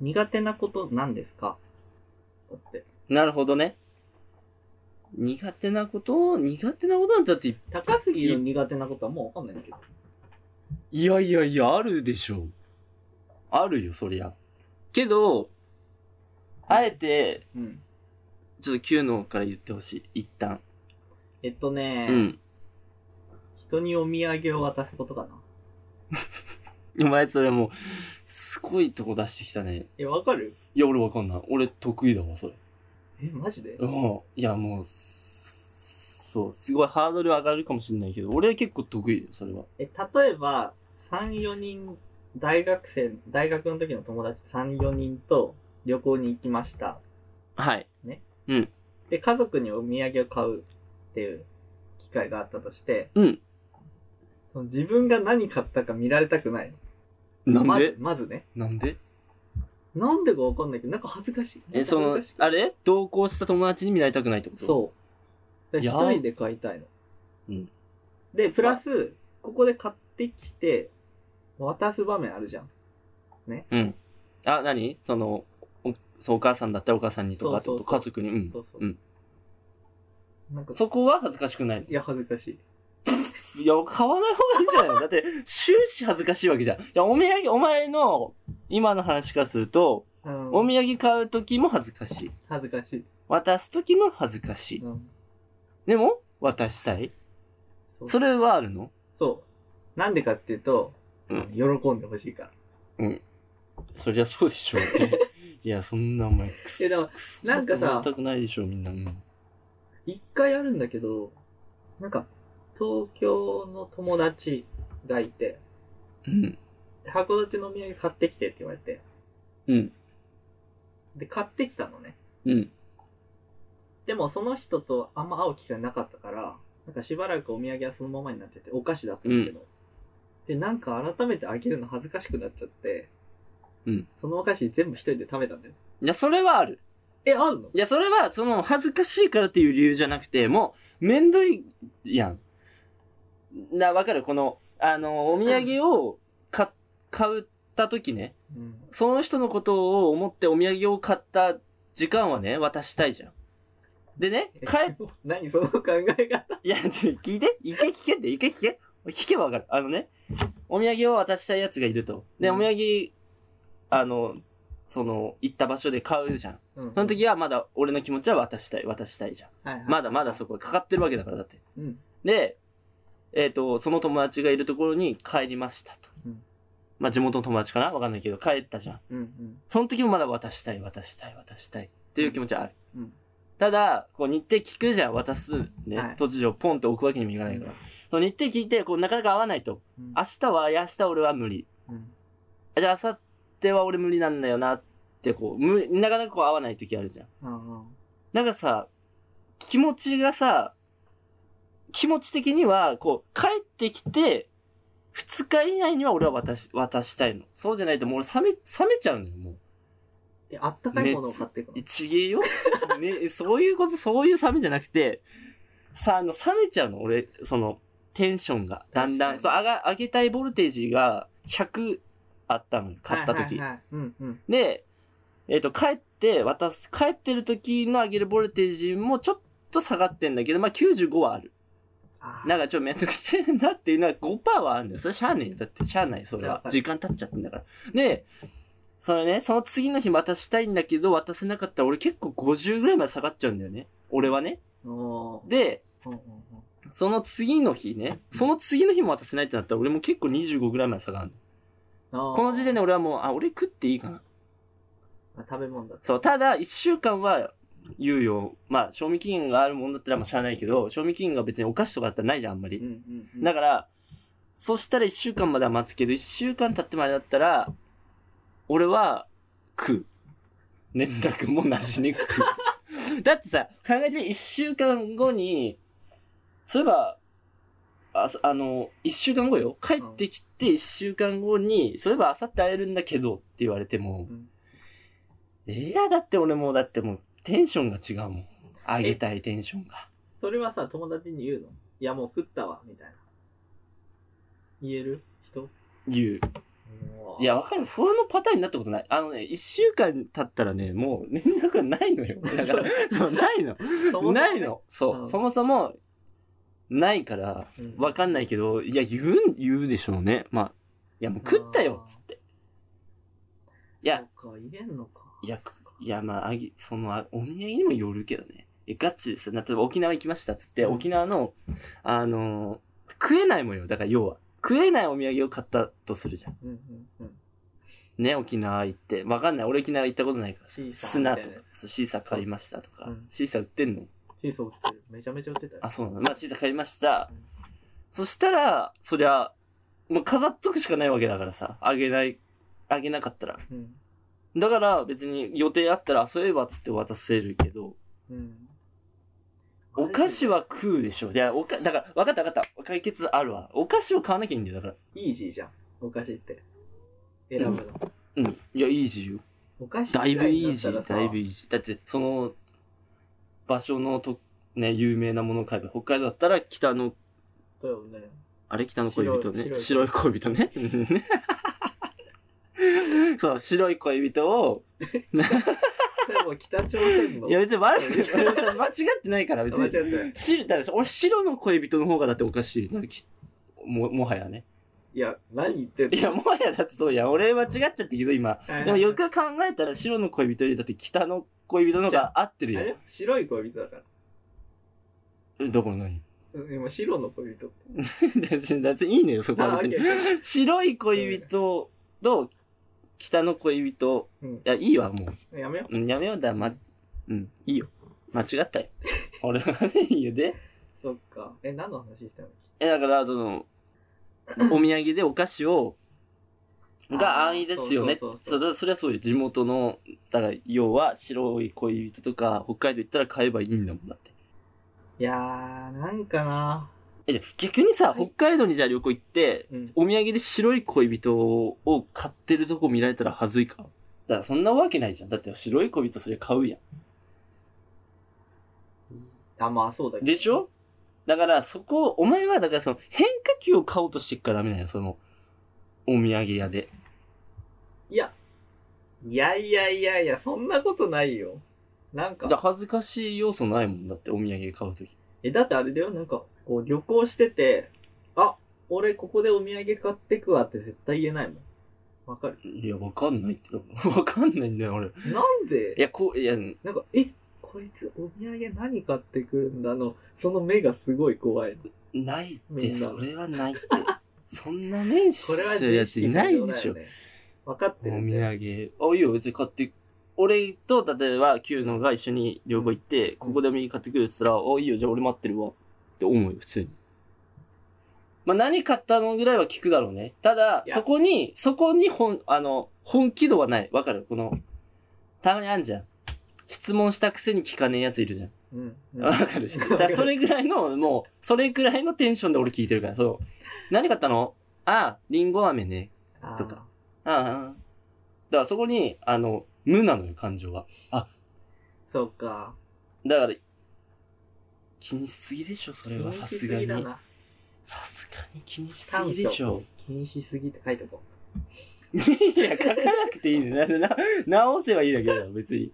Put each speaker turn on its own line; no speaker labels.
苦手なこと何ですかだって。
なるほどね。苦手なこと苦手なことなんてだって、
高杉の苦手なことはもうわかんないんだけど。
いやいやいや、あるでしょう。あるよ、そりゃ。けど、あえて、
うん。
ちょっと Q の方から言ってほしい。一旦。
えっとね、
うん。
人にお土産を渡すことかな。
お前それもう、すごいとこ出してきたね。
え、わかる
いや、俺わかんない。俺得意だわ、それ。
え、マジで
うん。いや、もう、すそう、すごいハードル上がるかもしれないけど、俺は結構得意だよ、それは。
え、例えば、3、4人、大学生、大学の時の友達3、4人と旅行に行きました。
はい。
で、家族にお土産を買うっていう機会があったとして、
うん。
その自分が何買ったか見られたくない。
なん
ま
で
ず、まずね。
なんで
なんでかわかんないけど、なんか恥ずかしい。
え、そ
な
の
んか恥ず、か
あれ同行した友達に見られたくないってこ
しい
と
そう。で
いや
一人で買いたいの。
うん
で、プラス、ここで買ってきて、渡す場面あるじゃん。
うん。あ、何その、お、そう、お母さんだったらお母さんにとかって
そ
こ
うそ
と、
うそう
家族に、うん。
そうそう。
うん
なんか、
そこは恥ずかしくない
いや、恥ずかしい。
いや、買わない方がいいんじゃない のだって、終始恥ずかしいわけじゃん。いや、お土産、お前の、今の話からすると、
うん
お土産買う時も恥ずかしい。
恥ずかしい。
渡す時も恥ずかしい。
うん
でも、渡したい。
そう
それはあるの
そう。なんでかっていうと、
うん
喜んでほしいから。
そりゃそうでしょう、 いや、そんなお前、くす
えでも
くす
なんかさ
こと思いたくないでしょ、みんな。うん
一回あるんだけど、なんか、東京の友達がいて、
うん。
で函館のお土産買ってきてって言われて、
うん。
で、買ってきたのね。
うん。
でもその人とあんま会う機会なかったから、なんかしばらくお土産はそのままになってて、お菓子だったんだけど、で、なんか改めてあげるの恥ずかしくなっちゃって、
うん
そのお菓子全部一人で食べたんだよ。
いや、それはある。
え、あるの
いや、それは、その、恥ずかしいからっていう理由じゃなくて、もう、めんどい、やん。な、わかるこの、あの、お土産を、か、買った時ね、
うん。
その人のことを思ってお土産を買った時間はね、渡したいじゃん。でね、帰っ、
何その考え方
いや、ちょ、聞いて一回聞けって、一回聞け聞けばわかる。あのね、お土産を渡したいやつがいると。で、
うん
お土産、あの、その、行った場所で買うじゃん。
うん。
その時はまだ俺の気持ちは渡したい、渡したいじゃん。
はいはい、
まだまだそこかかってるわけだから、だって。
うん。
で、えっ、と、その友達がいるところに帰りましたと。
うん
まあ、地元の友達かなわかんないけど、帰ったじゃん。
うんうん。
その時もまだ渡したい、渡したい、渡したいっていう気持ちはある。
うん
ただ、こう日程聞くじゃん、渡す、ね。
はい
突如ポンと置くわけにもいかないから。その日程聞いて、こうなかなか合わないと。
うん
明日は、いや明日俺は無理。
うん
じゃあ明後日は俺無理なんだよなって、こう、無なかなかこう合わない時あるじゃん。
うん
なんかさ、気持ちがさ、気持ち的には、こう、帰ってきて、二日以内には俺は渡し、渡したいの。そうじゃないともう俺冷め、冷めちゃうのよ、も
え、あったかいものを買っていくの
う。ちげえよ。 ね、そういうこと、そういう冷めじゃなくて、さ、あの、冷めちゃうの、俺、その、テンションが。だんだん、
確か
そう、上が、上げたいボルテージが100あったのよ、買った時。
はいはいはいうんうん。
で、えっ、と、帰って、渡す、帰ってる時の上げるボルテージもちょっと下がってんだけど、まあ95はある。
あー
なんかちょっとめんどくせえなっていうのは5%はあるんだよ。それしゃあねえよ。だってしゃあない、それは
じゃ。あ
時間経っちゃってんだから。で、それね、その次の日渡したいんだけど、渡せなかったら俺結構50ぐらいまで下がっちゃうんだよね。俺はね。
おー
で、
うんうん
その次の日ね、その次の日も渡せないってなったら俺も結構25ぐらいまで下がるの。
うん
この時
で。
点で俺はもう、あ、俺食っていいかな。
あ食べ物だ。
そう、ただ、一週間は、猶予、まあ、賞味期限があるもんだったら、まあ、しゃあないけど、賞味期限が別にお菓子とかだったらないじゃん、あんま
うんう
り。
んうん。
だから、そしたら一週間までは待つけど、一週間経ってまでだったら、俺は、食う。連絡もなしに食 う。だってさ、考えてみ、一週間後に、そういえば、あ、そあの、一週間後よ。帰ってきて一週間後に、そういえば明後日会えるんだけどって言われても、
うん
いや、だって俺もう、だってもう、テンションが違うもん。上げたいテンションが。
それはさ、友達に言うのいや、もう食ったわ、みたいな。言える人
言う。いや、わかる。そのパターンになったことない。あのね、一週間経ったらね、もう連絡がない のよ。だから、そう、ないの。
そもそもね
ないの。そう、
うん
そもそも、ないから、
うん
わかんないけど、いや、言う、言うでしょうね。まあ、いや、もう食ったよ、つって。いや、
そうか言えんのか
いや、くいや、まあ、あぎ、その、あお土産にもよるけどね。え、ガチです。な例えば沖縄行きましたっつって、
うん
沖縄の、あのー食えないもんよ。だから、要は。食えないお土産を買ったとするじゃん。
うんうんうん
ね、沖縄行って。わかんない。俺沖縄行ったことないからさ
シーサーみた
砂
いな
とか、そうシーサー買いましたとか、
うん
シーサー売ってんの
シーソー売ってるめちゃめちゃ売ってたよ
あ、そうなの。まあ、シーサー買いました
うん。
そしたら、そりゃ、もう飾っとくしかないわけだからさ。あげない、あげなかったら。
うん
だから、別に予定あったら、そういえばっつって渡せるけど、
うん
お菓子は食うでしょ。いや、おか、だから、わかったわかった。解決あるわ。お菓子を買わなきゃいいんだよ、だから。
イージーじゃんお菓子って選ぶの、
うん。いや、イージーよ。
お菓子
だいぶイージ
以外だ
ー、
った
だ
ら
い
さ
ぶイージー。だって、その、場所のと、ね、有名なものを買えば、北海道だったら、北の、
だよね
あれ北の恋人ね。白
白
い恋人ね。そう、白い恋人を、
それもう北朝鮮の
いや別に悪く ない。間違ってないから、別
間違
に
っ。てない
白、だから俺白の恋人の方がだっておかしい。なんかきも、もはやね。
いや何言ってんの
いや、もはやだってそうやん。俺間違っちゃったけど、今。でもよく考えたら白の恋人よりだって北の恋人の方が合ってる
あ
や
れ白い恋人だから
ん。だから何
うん今白の恋人
別に別にいいのよ、そこ
あオ
は別
ッケ
に。
ー
白い恋人と北の恋人。
うん
いや、いいわ、もう。
やめよう
うんやめようだ、ま、うん、いいよ。間違ったよ。 俺はいいよで。
そっかえ何の話したの
え、だから、その、お土産でお菓子を、が安易ですよね。
そう
そ
そうう
だそれはそうよ。地元の、だから、要は、白い恋人とか、北海道行ったら買えばいいんだもんだって。
いやーなんかな
え、じゃあ逆にさ、北海道にじゃあ旅行行って、
うん
お土産で白い恋人を買ってるとこ見られたらはずいか。だから、そんなわけないじゃん。だって、白い恋人それ買うやん。
あまあそうだけど
でしょだからそこ、お前はだからその変化球を買おうとしてっからダメだよ、その、お土産屋で。
いやいやいやいやいやそんなことないよなん
だから
か
恥ずかしい要素ないもんだって、お土産買うとき。
えだってあれだよなんかこう旅行しててあ俺ここでお土産買ってくわって絶対言えないもんわかる
いや、わかんないって。 わかんないんだよ、俺。い
なんで
や、こう、いや、
なんか、え、こいつお土産何買ってくるんだの、その目がすごい怖いの。
ないっ
みん
て、
な
それはないって。そんな面
これは
してるやついないでしょ。
自意識過剰だよね。分かっ
お
て
土
るん
産。
だよ。
あ、いいよ、別に買って。俺と、例えば、Q のが一緒に旅行行って、ここでお土産買ってくるって言ったら、あ、いいよ、じゃあ俺待ってるわ。って思うよ、普通に。まあ、何買ったのぐらいは聞くだろうね。ただ
い、や
そこに、そこに本、あの、本気度はない。わかるこの、たまにあんじゃん。質問したくせに聞かねえやついるじゃん。
うん。うん
わ かる。だからそれぐらいの、もう、それぐらいのテンションで俺聞いてるから、そう。何買ったのあ、リンゴ飴ね。
あー
とかああ。だからそこに、あの、無なのよ、感情は。
そうか。
だから、気にしすぎでしょ、それは。
気
さ
にし
す
す
が
ぎ
に。
だ
さ
な。
すがに気にしすぎでしょ。
気にしすぎって書いとこ
いや、書かなくていいね。な、な、直せばいいだけだよ、別に。